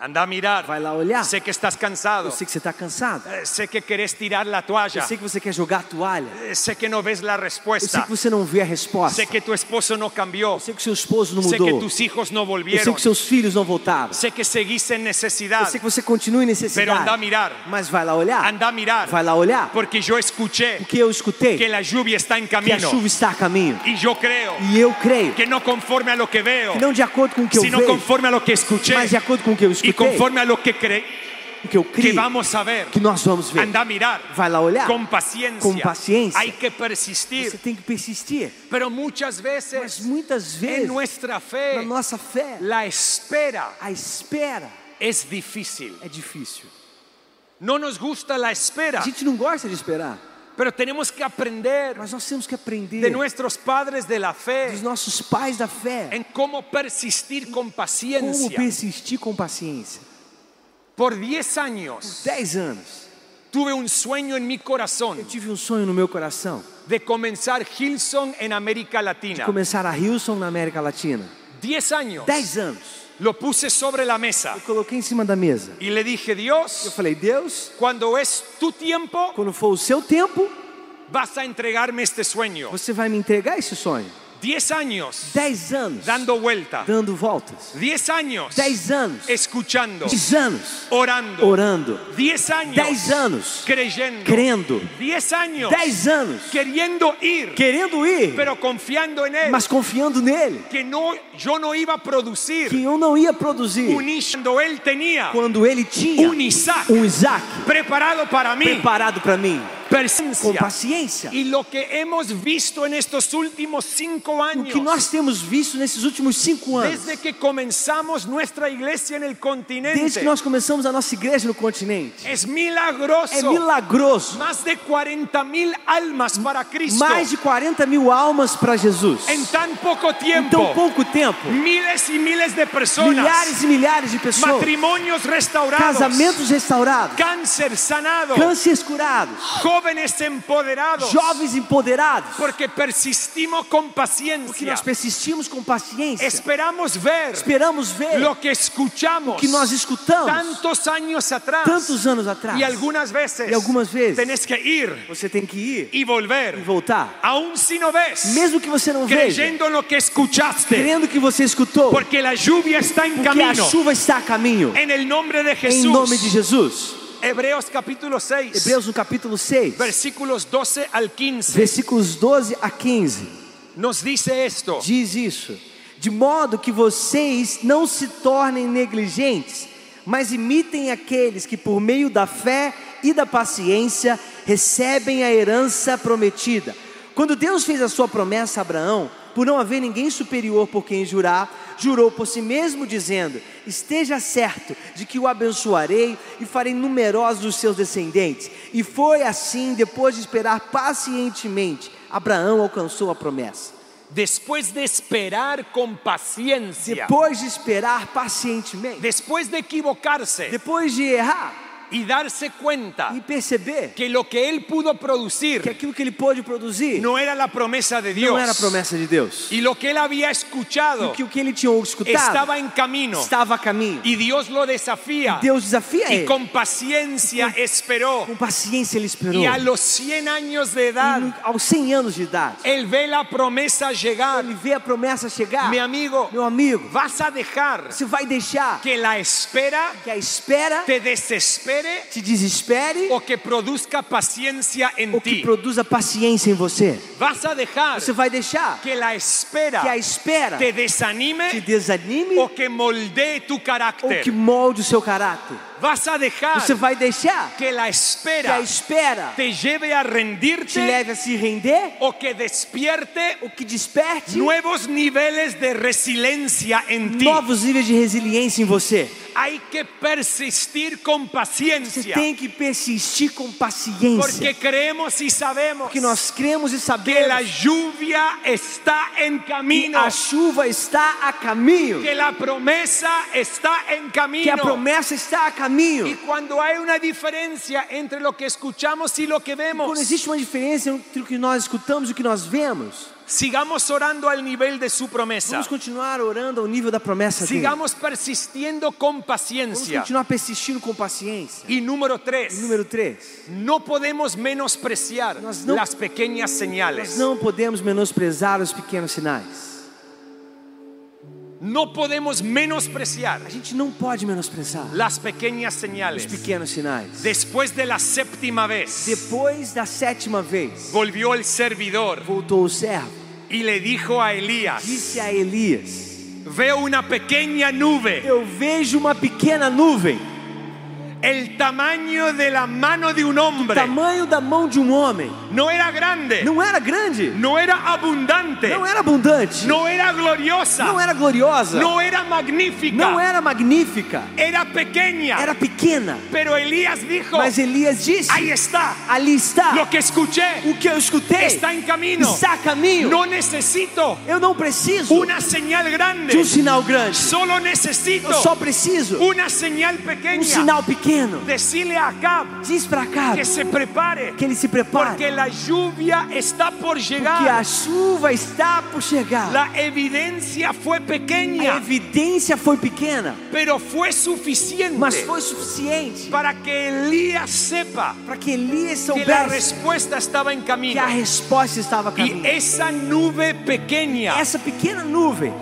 A: anda a mirar.
B: vai lá olhar.
A: Sé que estás
B: Eu
A: cansado,
B: sei que você está cansado,
A: eh, sé que querés tirar la
B: eu
A: toalla,
B: sei que você quer jogar a toalha,
A: eh, sé que no ves la
B: eu sei
A: respuesta,
B: que você não vê a resposta,
A: sé
B: eu
A: que tu esposo no cambió,
B: sei que seu esposo não
A: sé que
B: mudou,
A: tus hijos no
B: eu sei
A: volvieron,
B: que seus filhos não voltaram,
A: sé que seguís en
B: eu
A: necesidad,
B: sei que você continua em
A: pero anda a
B: necessidade,
A: mirar,
B: mas vai lá olhar,
A: anda a mirar,
B: vai lá olhar,
A: porque yo escuché
B: porque eu escutei
A: que la lluvia está en
B: que a
A: camino
B: chuva está a caminho
A: y yo creo
B: e eu creio
A: que no conforme a lo que veo,
B: que não de acordo com o que eu
A: sino
B: vejo,
A: conforme a lo que escuché
B: mas de acordo com o que eu
A: y
B: escutei,
A: conforme a lo que creí
B: o que eu
A: que
B: creio,
A: vamos a ver.
B: que nós vamos ver.
A: Anda a mirar
B: Vai lá olhar.
A: con paciencia.
B: Con paciencia.
A: Hay que
B: Você
A: persistir,
B: tem que persistir.
A: pero muchas
B: Mas
A: veces
B: muitas
A: en
B: vezes,
A: nuestra
B: na
A: fe
B: nossa fé,
A: la espera
B: a espera
A: es difícil.
B: é difícil.
A: No nos gusta la espera,
B: A gente não gosta de esperar,
A: pero tenemos que aprender
B: mas nós temos que aprender
A: de nuestros padres de la
B: dos
A: fe
B: nossos pais da fé
A: en cómo persistir con
B: como
A: paciencia.
B: persistir com paciência.
A: Por 10 años
B: Dez anos,
A: tuve un sueño en mi
B: eu
A: corazón
B: tive um sonho no meu coração
A: de comenzar Hilson en América
B: de
A: Latina.
B: começar a Hilson na América Latina.
A: 10 años.
B: Dez anos,
A: Lo puse sobre la mesa
B: eu coloquei em cima da mesa.
A: y le dije,
B: Eu
A: Dios,
B: falei, Deus,
A: cuando es tu tiempo,
B: quando for o seu tempo,
A: vas a entregarme este sueño.
B: você vai me entregar esse sonho.
A: 10 años
B: Dez anos
A: dando vuelta,
B: dando voltas.
A: 10 años
B: Dez anos.
A: escuchando,
B: Dez anos
A: orando,
B: orando.
A: 10 años
B: Dez anos
A: creyendo,
B: crendo.
A: 10 años
B: Dez anos
A: queriendo ir,
B: querendo ir,
A: pero confiando en Él,
B: mas confiando nele.
A: que no, yo no iba a producir
B: Que eu não ia produzir
A: un Ish cuando Él tenía
B: quando ele tinha
A: un Isaac
B: um Isaac
A: preparado para mí,
B: preparado para mim. Com
A: Paciencia.
B: paciência.
A: Y lo que hemos visto en estos últimos cinco
B: O
A: años,
B: que nós temos visto nesses últimos cinco anos,
A: desde que comenzamos nuestra iglesia en el
B: desde
A: continente,
B: que nós começamos a nossa igreja no continente,
A: es
B: é
A: milagroso.
B: milagroso.
A: Más de 40 mil almas para Cristo
B: Mais de 40 mil almas para Jesus.
A: en tan poco
B: Em
A: tiempo.
B: tão pouco tempo,
A: miles y miles de personas,
B: milhares e milhares de pessoas,
A: matrimonios restaurados,
B: casamentos restaurados,
A: cáncer sanado,
B: cânceres curados,
A: jóvenes empoderados,
B: jovens empoderados,
A: porque persistimos con
B: porque
A: paciencia.
B: nós persistimos com paciência,
A: Esperamos ver
B: esperamos ver
A: lo que escuchamos
B: o que nós escutamos
A: tantos años atrás
B: tantos anos atrás.
A: y algunas veces
B: Y algunas veces.
A: tenés que ir
B: Você tem que ir
A: y volver
B: e voltar,
A: aún si no ves
B: mesmo que você não veja,
A: creyendo en lo que escuchaste
B: crendo que você escutou,
A: porque la lluvia está en
B: porque a
A: camino
B: chuva está a caminho.
A: en el nombre de
B: Em nome de
A: Jesús
B: Jesus.
A: Hebreos capítulo 6
B: Hebreus no capítulo 6,
A: versículos 12 al 15
B: versículos 12 a 15,
A: nos dice esto
B: diz isso: De modo que vocês não se tornem negligentes, mas imitem aqueles que, por meio da fé e da paciência, recebem a herança prometida. Quando Deus fez a sua promessa a Abraão, por não haver ninguém superior por quem jurar, jurou por si mesmo, dizendo: Esteja certo de que o abençoarei e farei numerosos os seus descendentes. E foi assim, depois de esperar pacientemente, Abraão alcançou a promessa.
A: después de esperar con paciencia
B: Depois de esperar pacientemente,
A: después de equivocarse
B: depois de errar
A: y darse cuenta
B: e perceber
A: que lo que él pudo
B: que
A: producir
B: aquilo que ele pôde produzir
A: no era la promesa de Dios
B: não era a promessa de Deus,
A: y lo que él había escuchado
B: que o que ele tinha escutado
A: estaba en camino
B: estava a caminho.
A: y Dios lo desafía
B: Deus desafia
A: y
B: ele.
A: con paciencia esperó
B: Com paciência ele esperou.
A: y a los 100 años de edad
B: E aos 100 anos de idade,
A: él ve la promesa llegar
B: ele vê a promessa chegar.
A: mi amigo
B: Meu amigo,
A: vas a dejar
B: você vai deixar
A: que la espera
B: que a espera
A: te desespere
B: te desespere
A: o que produzca paciencia en
B: ou que
A: ti
B: produza paciência em você?
A: vas a dejar
B: Você vai deixar
A: que la espera
B: que a espera
A: te
B: te
A: desanime
B: desanime
A: o que moldee tu
B: ou
A: carácter
B: que molde o seu caráter?
A: vas a dejar
B: Você vai deixar
A: que la
B: que a
A: espera
B: espera
A: te lleve a
B: te
A: rendirte
B: leve a se render
A: o que despierte
B: ou que desperte
A: nuevos niveles de resiliencia en ti.
B: novos níveis de resiliência em você.
A: Hay que persistir con
B: Você
A: paciencia
B: tem que persistir com paciência.
A: Assim, porque creemos y sabemos
B: Porque nós cremos e
A: que la
B: sabemos
A: lluvia está en
B: que
A: camino,
B: a chuva está a caminho,
A: que la promesa está en
B: que a
A: camino.
B: promessa está a
A: Y
B: caminho.
A: cuando hay una diferencia entre lo que escuchamos y lo que
B: Quando
A: vemos,
B: existe uma diferença entre o que nós escutamos e o que nós vemos,
A: sigamos orando al nivel de su promesa.
B: vamos continuar orando ao nível da promessa dele.
A: Sigamos assim, persistiendo con
B: Vamos
A: paciencia.
B: continuar persistindo com paciência.
A: Y número tres,
B: Número 3.
A: no podemos menospreciar
B: Nós não-
A: las pequeñas
B: Nós
A: señales.
B: não podemos menosprezar os pequenos sinais.
A: No podemos menospreciar
B: A gente não pode menosprezar
A: las pequeñas
B: os
A: señales.
B: pequenos sinais.
A: Después de la séptima vez,
B: Depois da sétima vez,
A: volvió el servidor
B: voltou o servo,
A: y le dijo a Elías,
B: disse a Elias:
A: veo una pequeña nube,
B: Eu vejo uma pequena nuvem,
A: el tamaño de la mano de un hombre.
B: tamanho da mão de um homem.
A: No era grande,
B: Não era grande,
A: no era abundante,
B: não era abundante,
A: no era gloriosa,
B: não era gloriosa,
A: no era
B: não
A: magnífica,
B: era magnífica,
A: era pequeña.
B: era pequena.
A: Pero Elías dijo,
B: Mas Elias disse:
A: ahí está,
B: Ali está
A: lo que escuché
B: o que eu escutei,
A: está en camino.
B: está a caminho.
A: No necesito
B: Eu não preciso
A: una señal
B: de um
A: grande,
B: sinal grande,
A: solo
B: eu
A: necesito
B: só preciso
A: una señal
B: um
A: pequeña
B: sinal pequeno.
A: Decile a Acab
B: Diz para Acabe
A: que se prepare,
B: que ele se prepare,
A: porque la lluvia está por
B: porque a
A: llegar.
B: chuva está por chegar.
A: La evidencia fue
B: A
A: pequeña,
B: evidência foi pequena,
A: pero fue suficiente
B: mas foi suficiente
A: para que Elías sepa
B: para que Elias
A: que la
B: soubesse
A: respuesta estaba en
B: que
A: camino.
B: a resposta estava a
A: Y
B: caminho.
A: esa nube pequeña
B: Essa pequena nuvem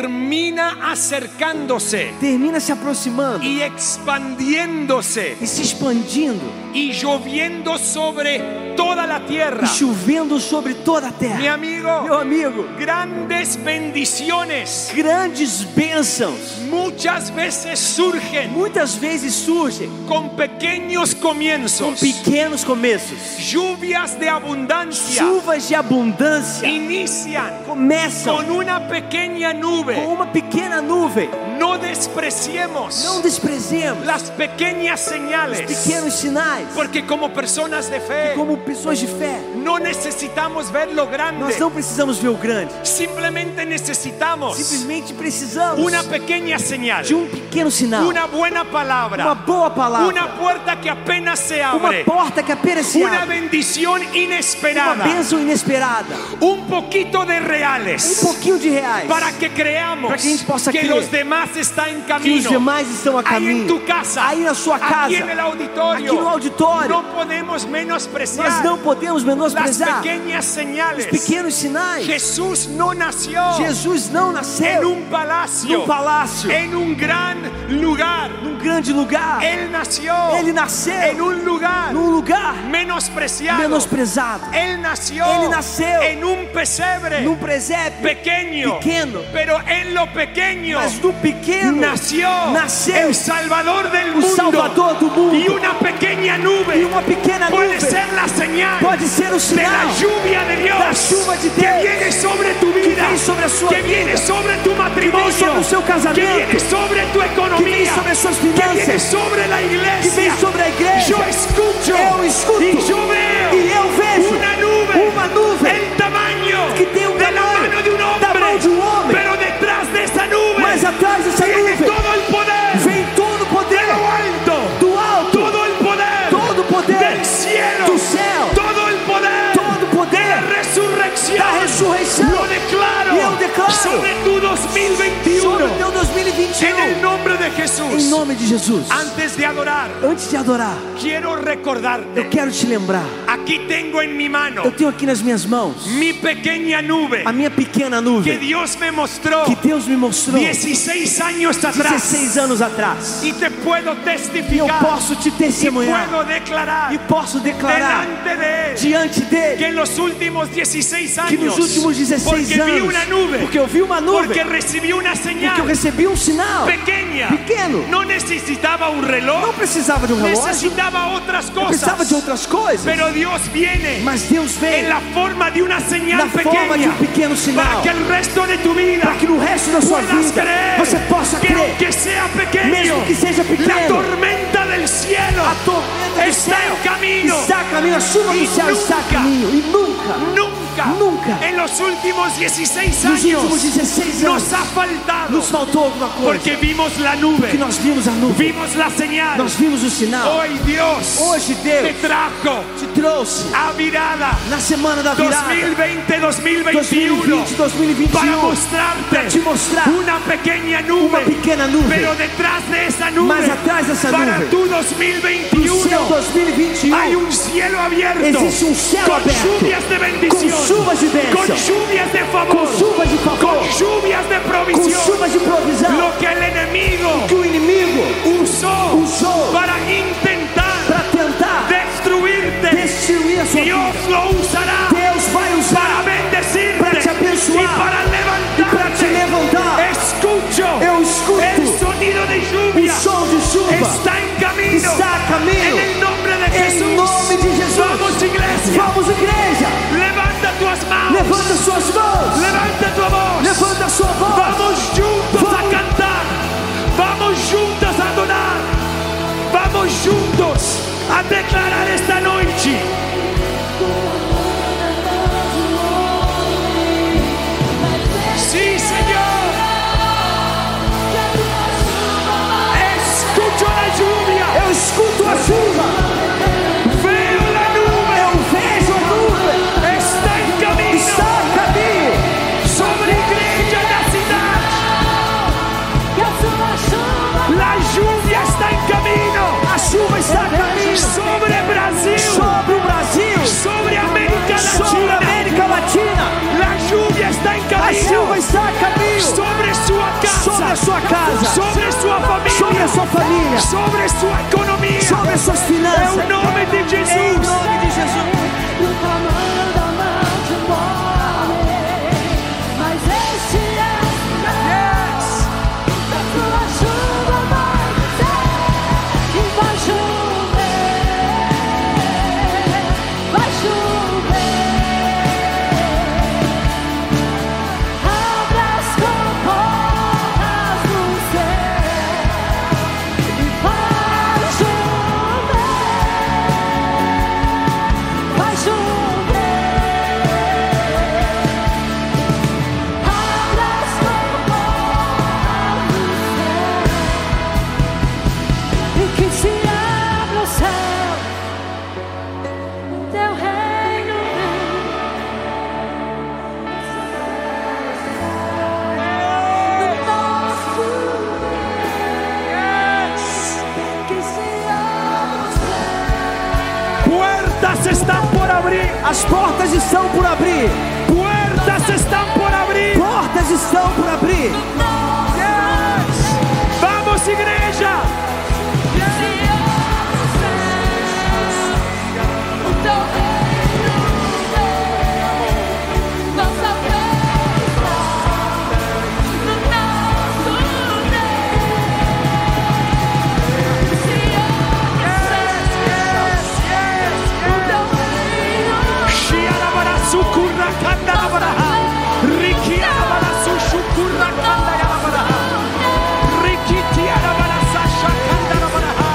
A: termina acercándose
B: termina se aproximando
A: y expandiéndose
B: e se expandindo
A: y lloviendo sobre toda la
B: e
A: tierra.
B: chovendo sobre toda a
A: Mi
B: terra. Meu
A: amigo,
B: amigo,
A: grandes bendiciones
B: grandes bênçãos
A: muchas veces surgen
B: muitas vezes surgem
A: con pequeños
B: com
A: comienzos,
B: pequenos começos.
A: lluvias de abundancia
B: Chuvas de abundância
A: inician
B: começam
A: con una pequeña
B: com
A: nube.
B: uma pequena nuvem.
A: No despreciemos
B: Não desprezemos
A: las pequeñas
B: os
A: señales,
B: pequenos sinais,
A: porque como personas de fe
B: como pessoas de fé.
A: no necesitamos ver lo grande,
B: Nós não precisamos ver o grande,
A: simplemente necesitamos
B: simplesmente precisamos
A: una pequeña señal,
B: de um pequeno sinal,
A: una buena
B: uma
A: palabra,
B: boa palavra,
A: una puerta que apenas se
B: uma
A: abre,
B: porta que apenas se
A: una
B: abre,
A: bendición
B: uma
A: inesperada,
B: bênção inesperada,
A: un poquito de
B: um
A: reales
B: pouquinho de reais
A: para que creamos
B: Para que a gente possa
A: que
B: crer
A: los demás están en
B: que os
A: camino.
B: demais estão a
A: Ahí en
B: caminho.
A: tu casa,
B: aí na sua
A: aquí
B: casa,
A: en el auditorio,
B: aqui no auditório.
A: no podemos menospreciar
B: nós não podemos
A: las
B: menosprezar
A: pequeñas señales.
B: pequenos sinais.
A: Jesús no nació
B: Jesus não
A: en
B: nasceu
A: un palacio,
B: num palácio,
A: en un gran lugar.
B: num grande lugar.
A: Él nació
B: Ele nasceu
A: en un lugar
B: num lugar
A: menospreciado.
B: menosprezado,
A: Él nació
B: Él nació
A: en un pesebre
B: num presépio
A: pequeño,
B: pequeno.
A: pero en lo pequeño
B: Mas do pequeno
A: nació
B: nasceu
A: el Salvador del
B: o
A: mundo.
B: Salvador do mundo.
A: Y una pequeña nube
B: E uma pequena
A: puede
B: nuvem
A: ser la señal
B: pode ser
A: de
B: o
A: la
B: sinal
A: lluvia de Dios
B: da chuva de
A: que
B: Deus
A: viene sobre tu vida,
B: que vem sobre a sua
A: que
B: vida,
A: viene sobre tu
B: que
A: matrimonio,
B: vem sobre o seu
A: que
B: casamento,
A: viene sobre tu
B: que vem
A: economía,
B: sobre as suas
A: que viene
B: finanças,
A: sobre la
B: que
A: iglesia.
B: vem sobre a igreja.
A: Yo escucho
B: Eu escuto
A: y yo veo
B: e eu vejo
A: una nube,
B: uma nuvem
A: el tamaño
B: que tem o
A: de la mano de un hombre, Pues
B: tamanho da mão de um homem,
A: pero detrás de esa nube
B: mas atrás dessa
A: tiene
B: nuvem
A: todo el poder
B: vem todo é o
A: de
B: poder
A: lo alto,
B: do alto,
A: todo el poder,
B: todo o poder
A: del cielo,
B: do céu,
A: todo el poder,
B: todo o
A: la
B: poder
A: resurrección.
B: da ressurreição
A: Lo declaro,
B: Y yo declaro
A: sobre tu 2021
B: sobre o teu 2021,
A: en el nombre de Jesús.
B: em nome de Jesus.
A: Antes de adorar,
B: Antes de adorar,
A: quiero recordarte.
B: eu quero te lembrar,
A: Aquí tengo en mi mano
B: eu tenho aqui nas minhas mãos
A: mi pequeña nube
B: a minha pequena
A: que
B: nuvem
A: Dios me mostró
B: que Deus me mostrou
A: 16 años atrás
B: 16 anos atrás.
A: y te puedo
B: E eu
A: testificar
B: posso te
A: y
B: testemunhar
A: puedo declarar
B: e posso declarar
A: delante de él
B: diante
A: que
B: dele
A: en los últimos 16 años
B: que nos últimos 16
A: porque vi
B: anos,
A: una nube
B: porque eu vi uma
A: porque
B: nuvem,
A: recibí una señal
B: porque eu recebi um sinal
A: pequeña
B: pequeno,
A: no necesitaba un
B: não
A: reloj
B: precisava de um relógio,
A: necesitaba otras
B: eu precisava
A: cosas
B: de outras coisas,
A: pero Dios viene
B: mas Deus
A: en
B: veio
A: la forma de una
B: na
A: señal
B: forma
A: pequeña
B: de um pequeno
A: é para
B: sinal,
A: que el resto de tu vida
B: para que no resto da sua
A: puedas
B: vida
A: creer
B: você possa
A: que é um
B: crer,
A: aunque sea pequeño,
B: mesmo que seja
A: la
B: pequeno,
A: tormenta del cielo
B: a tormenta do
A: está
B: céu
A: en camino.
B: está a caminho, a chuva
A: E
B: do céu está a
A: nunca-
B: caminho, e nunca
A: Nunca,
B: Nunca.
A: en los últimos 16
B: nos
A: años
B: últimos 16 anos
A: nos ha faltado
B: nos faltou alguma coisa,
A: porque vimos la
B: que
A: nube,
B: nós vimos a nuvem,
A: vimos la señal.
B: nós vimos o sinal,
A: Hoy Dios
B: Hoje Deus
A: te trajo
B: te trouxe
A: a virada
B: na semana da virada
A: 2020-2021
B: 2020, 2021
A: para mostrarte
B: para um. te mostrar
A: una pequeña
B: uma
A: nube.
B: pequena nuvem,
A: Pero detrás de esa nube,
B: mas atrás dessa
A: para
B: nuvem,
A: tu
B: no seu
A: 2021, hay
B: 2021,
A: un cielo abierto.
B: existe um céu
A: con
B: aberto,
A: lluvias de bendición,
B: con chuvas de bênção,
A: con lluvias de favor,
B: com chuvas de
A: con
B: favor,
A: lluvias de
B: com
A: provisión.
B: chuvas de provisão,
A: Lo que el enemigo
B: que o inimigo um
A: usó,
B: usó
A: para intentar
B: para tentar
A: destruirte,
B: destruir a sua vida,
A: Dios lo usará
B: Deus vai
A: para
B: usar
A: bendecirte
B: para te abençoar
A: y para
B: e para
A: levantarte.
B: te levantar.
A: Escucho
B: Eu
A: el
B: escuto
A: sonido de
B: o
A: lluvia.
B: som de chuva
A: Está en camino.
B: está a caminho,
A: En el nombre de
B: em
A: Jesús.
B: nome de
A: Vamos,
B: Jesus.
A: iglesia.
B: Vamos, igreja,
A: Levanta tus manos.
B: levanta suas mãos,
A: Levanta tu voz.
B: levanta sua voz.
A: Vamos juntos a
B: Vamos.
A: cantar. Vamos juntos a adorar. Vamos juntos a declarar esta noche. Sí, Señor. Escucho la lluvia.
B: Eu escuto sua casa,
A: sobre sua família,
B: sobre a sua família,
A: sobre sua economia,
B: sobre as suas
A: é
B: finanças.
A: o nome de
B: Em
A: Jesus.
B: nome de Jesus.
C: E o tamanho da morte morre, um mas este é o Deus da tua chuva vai ser e vai chover, vai chover. Abra as comportas do céu e vai chover. Vai chover, abra as comportas do céu e que se abra o céu, teu reino vem no nosso mundo. Que se abra o céu.
A: Puertas están por abrir.
B: As portas estão por abrir.
A: Puertas están por abrir.
B: Portas estão por abrir.
A: Yes. Vamos igreja. Shiarabarazukurrakandarabaha. Rikiarabarasukurrakandarabaha. Rikitiarabarasashakandarabaha.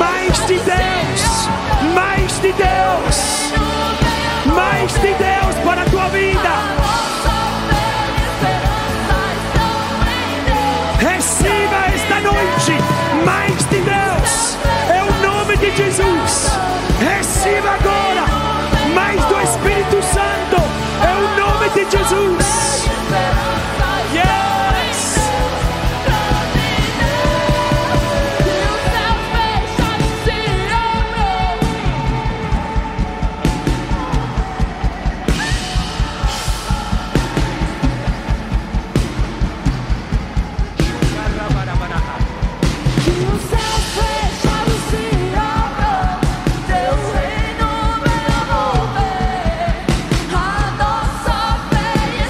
A: Mais de Deus. Mais de Deus. Mais de Deus para a tua vida. Receba esta noite mais de Deus. É o nome de Jesus. Receba agora mais do Espírito Santo. É o nome de Jesus. Yes.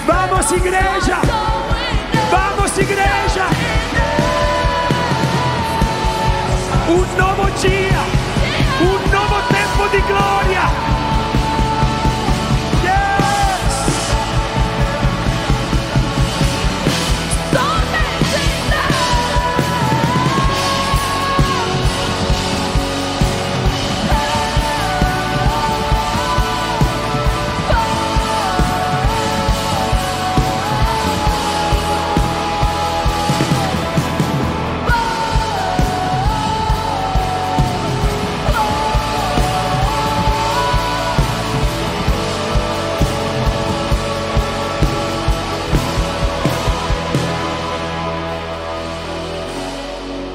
A: Vamos, igreja. Vamos, igreja. Um novo dia. Um novo tempo de glória. Yes.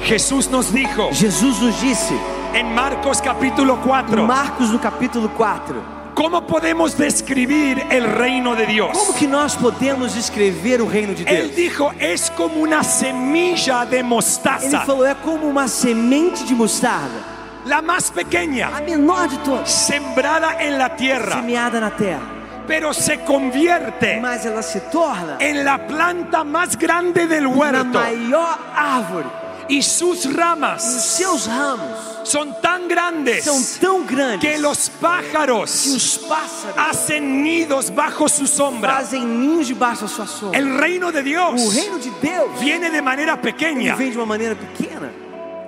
A: Jesús nos dijo
B: Jesus nos disse,
A: en Marcos capítulo
B: em
A: 4,
B: Marcos no capítulo 4,
A: ¿cómo podemos describir el reino de Dios?
B: como que nós podemos descrever o reino de Deus?
A: Él dijo, es como una semilla de
B: Ele
A: mostaza,
B: falou, é como uma semente de mostarda,
A: la más
B: a
A: pequeña,
B: menor de todas,
A: sembrada en la tierra,
B: semeada na terra,
A: pero se convierte
B: mas ela se torna
A: en la planta más grande del
B: na
A: huerto
B: maior árvore.
A: y sus
B: Os
A: ramas
B: seus ramos
A: son tan
B: são
A: grandes
B: tão grandes
A: que los
B: que
A: pájaros
B: os pássaros
A: hacen nidos bajo su sombra.
B: fazem ninhos debaixo da sua sombra.
A: El reino de
B: O
A: Dios
B: reino de Deus
A: viene de manera
B: ele
A: pequeña
B: vem de uma maneira pequena.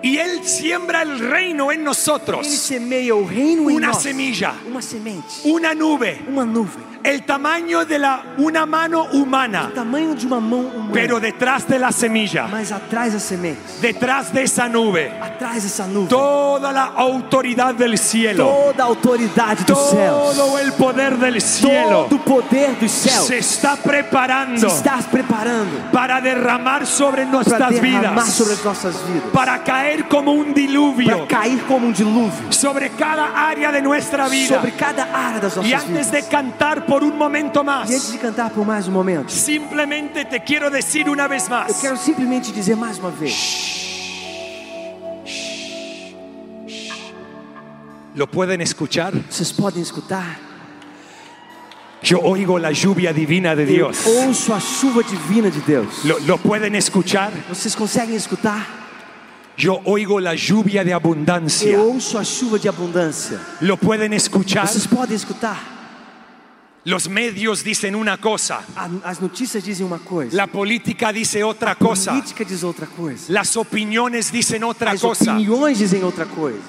A: y Él siembra el reino en
B: Ele
A: nosotros,
B: semeia o reino em
A: Una
B: nós.
A: semilla.
B: Uma semente,
A: una nube.
B: uma nuvem,
A: el tamaño de la, una mano humana,
B: o tamanho de uma mão humana,
A: pero detrás de la semilla,
B: mas atrás da semente,
A: detrás de essa nube,
B: atrás dessa nuvem,
A: toda la autoridad del cielo,
B: toda a autoridade dos céus,
A: todo el poder del cielo
B: todo o poder dos céus
A: se está preparando
B: se está se preparando
A: para derramar sobre
B: para
A: nuestras
B: derramar sobre as
A: vidas,
B: nossas vidas,
A: para caer como un
B: para
A: diluvio
B: cair como um dilúvio
A: sobre cada área de nuestra vida.
B: sobre cada área das
A: Y
B: nossas
A: antes
B: vidas.
A: de cantar por un momento
B: E antes
A: más,
B: de cantar por mais um momento,
A: simplemente te quiero decir una vez
B: eu
A: más,
B: quero simplesmente dizer mais uma vez:
A: ¿lo pueden escuchar?
B: vocês podem escutar?
A: Yo oigo la lluvia divina de
B: Eu
A: Dios.
B: ouço a chuva divina de Deus.
A: ¿Lo, lo pueden escuchar?
B: Vocês conseguem escutar?
A: Yo oigo la lluvia de abundancia.
B: Eu ouço a chuva de abundância.
A: ¿Lo pueden escuchar?
B: Vocês podem escutar?
A: Los medios dicen una cosa,
B: A- As notícias dizem uma coisa,
A: la política dice otra
B: a
A: cosa,
B: política diz outra coisa,
A: las opiniones dicen otra
B: as
A: cosa.
B: opiniões dizem outra coisa.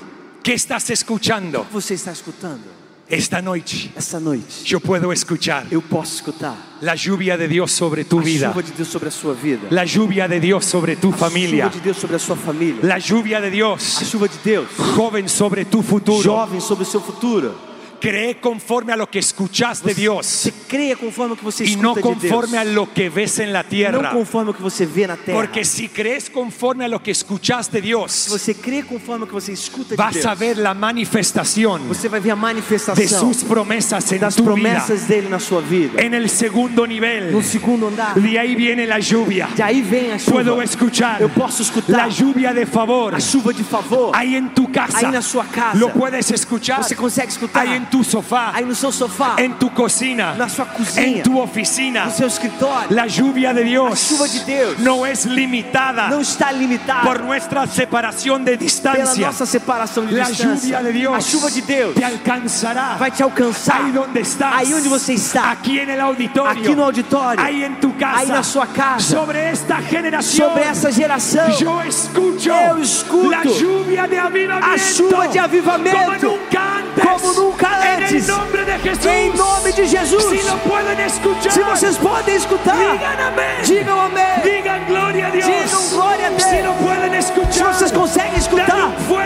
A: ¿Qué estás escuchando?
B: Você está escutando
A: Esta noche
B: essa noite?
A: yo puedo escuchar
B: Eu posso escutar
A: la lluvia de Dios sobre tu
B: a
A: vida,
B: chuva de Deus sobre a sua vida,
A: la lluvia de Dios sobre tu
B: a
A: familia,
B: chuva de Deus sobre a sua família,
A: la lluvia de
B: a
A: Dios,
B: chuva de Deus
A: joven sobre tu futuro.
B: jovem sobre o seu futuro.
A: Cree conforme a lo que escuchas de Dios
B: Você creia conforme o que você
A: y no
B: escuta de Deus.
A: conforme a lo que ves en la
B: Não
A: tierra.
B: conforme o que você vê na terra.
A: Porque si crees conforme a lo que escuchas de
B: Se
A: Dios,
B: você crê conforme o que você escuta de
A: vas
B: Deus,
A: a ver la manifestación
B: você vai ver a
A: de
B: manifestação
A: sus promesas en
B: das
A: tu vida.
B: promessas dele na sua vida.
A: En el segundo nivel,
B: No segundo andar,
A: de ahí viene la lluvia.
B: de aí vem a chuva.
A: Puedo escuchar
B: Eu posso
A: la
B: escutar
A: lluvia de favor
B: a chuva de favor.
A: ahí en tu casa.
B: Ahí en su casa.
A: Lo puedes escuchar.
B: Você consegue escutar
A: Ahí en tu sofá,
B: aí no seu sofá,
A: en tu cocina,
B: Na sua cozinha.
A: en tu oficina.
B: no seu escritório.
A: La lluvia de Dios,
B: La chuva de Dios.
A: no es limitada
B: Não está limitado
A: por nuestra separación de
B: pela
A: distancia.
B: nossa separação de
A: La
B: distância.
A: lluvia de Dios
B: a chuva de Deus
A: te alcanzará.
B: vai te alcançar
A: Ahí donde estás.
B: Aí onde você está.
A: Aquí en el auditorio.
B: Aqui no auditório.
A: Ahí en tu casa.
B: Aí na sua casa.
A: Sobre esta generación.
B: sobre essa geração.
A: Yo escucho.
B: Eu escuto
A: La lluvia de avivamiento.
B: a chuva de avivamento
A: Como nunca antes.
B: como nunca antes.
A: En el nombre de Jesús.
B: Em nome de Jesus.
A: Si lo pueden escuchar.
B: Se vocês podem escutar,
A: Digan amén.
B: digam amém.